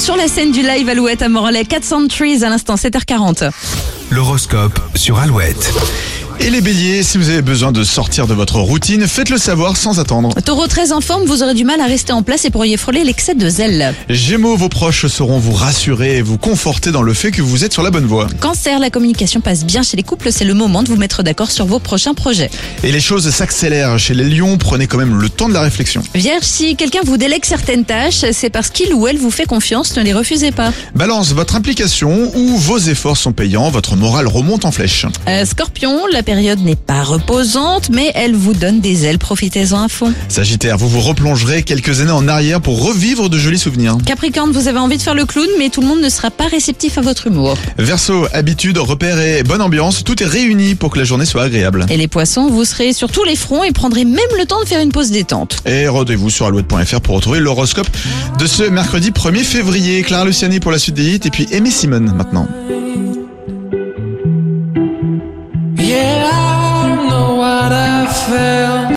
sur la scène du live Alouette à Morlaix, 400 Trees à l'instant, 7h40. L'horoscope sur Alouette. Et les béliers, si vous avez besoin de sortir de votre routine, faites-le savoir sans attendre. Taureau très en forme, vous aurez du mal à rester en place et pourriez frôler l'excès de zèle. Gémeaux, vos proches sauront vous rassurer et vous conforter dans le fait que vous êtes sur la bonne voie. Cancer, la communication passe bien chez les couples, c'est le moment de vous mettre d'accord sur vos prochains projets. Et les choses s'accélèrent. Chez les lions, prenez quand même le temps de la réflexion. Vierge, si quelqu'un vous délègue certaines tâches, c'est parce qu'il ou elle vous fait confiance, ne les refusez pas. Balance, votre implication ou vos efforts sont payants, votre morale remonte en flèche. Euh, scorpion, la période n'est pas reposante, mais elle vous donne des ailes, profitez-en à fond. Sagittaire, vous vous replongerez quelques années en arrière pour revivre de jolis souvenirs. Capricorne, vous avez envie de faire le clown, mais tout le monde ne sera pas réceptif à votre humour. Verseau, habitude, repères et bonne ambiance, tout est réuni pour que la journée soit agréable. Et les poissons, vous serez sur tous les fronts et prendrez même le temps de faire une pause détente. Et rendez-vous sur alouette.fr pour retrouver l'horoscope de ce mercredi 1er février. Clara Luciani pour la suite des hits et puis Aimé Simone maintenant. Yeah, I know what I felt.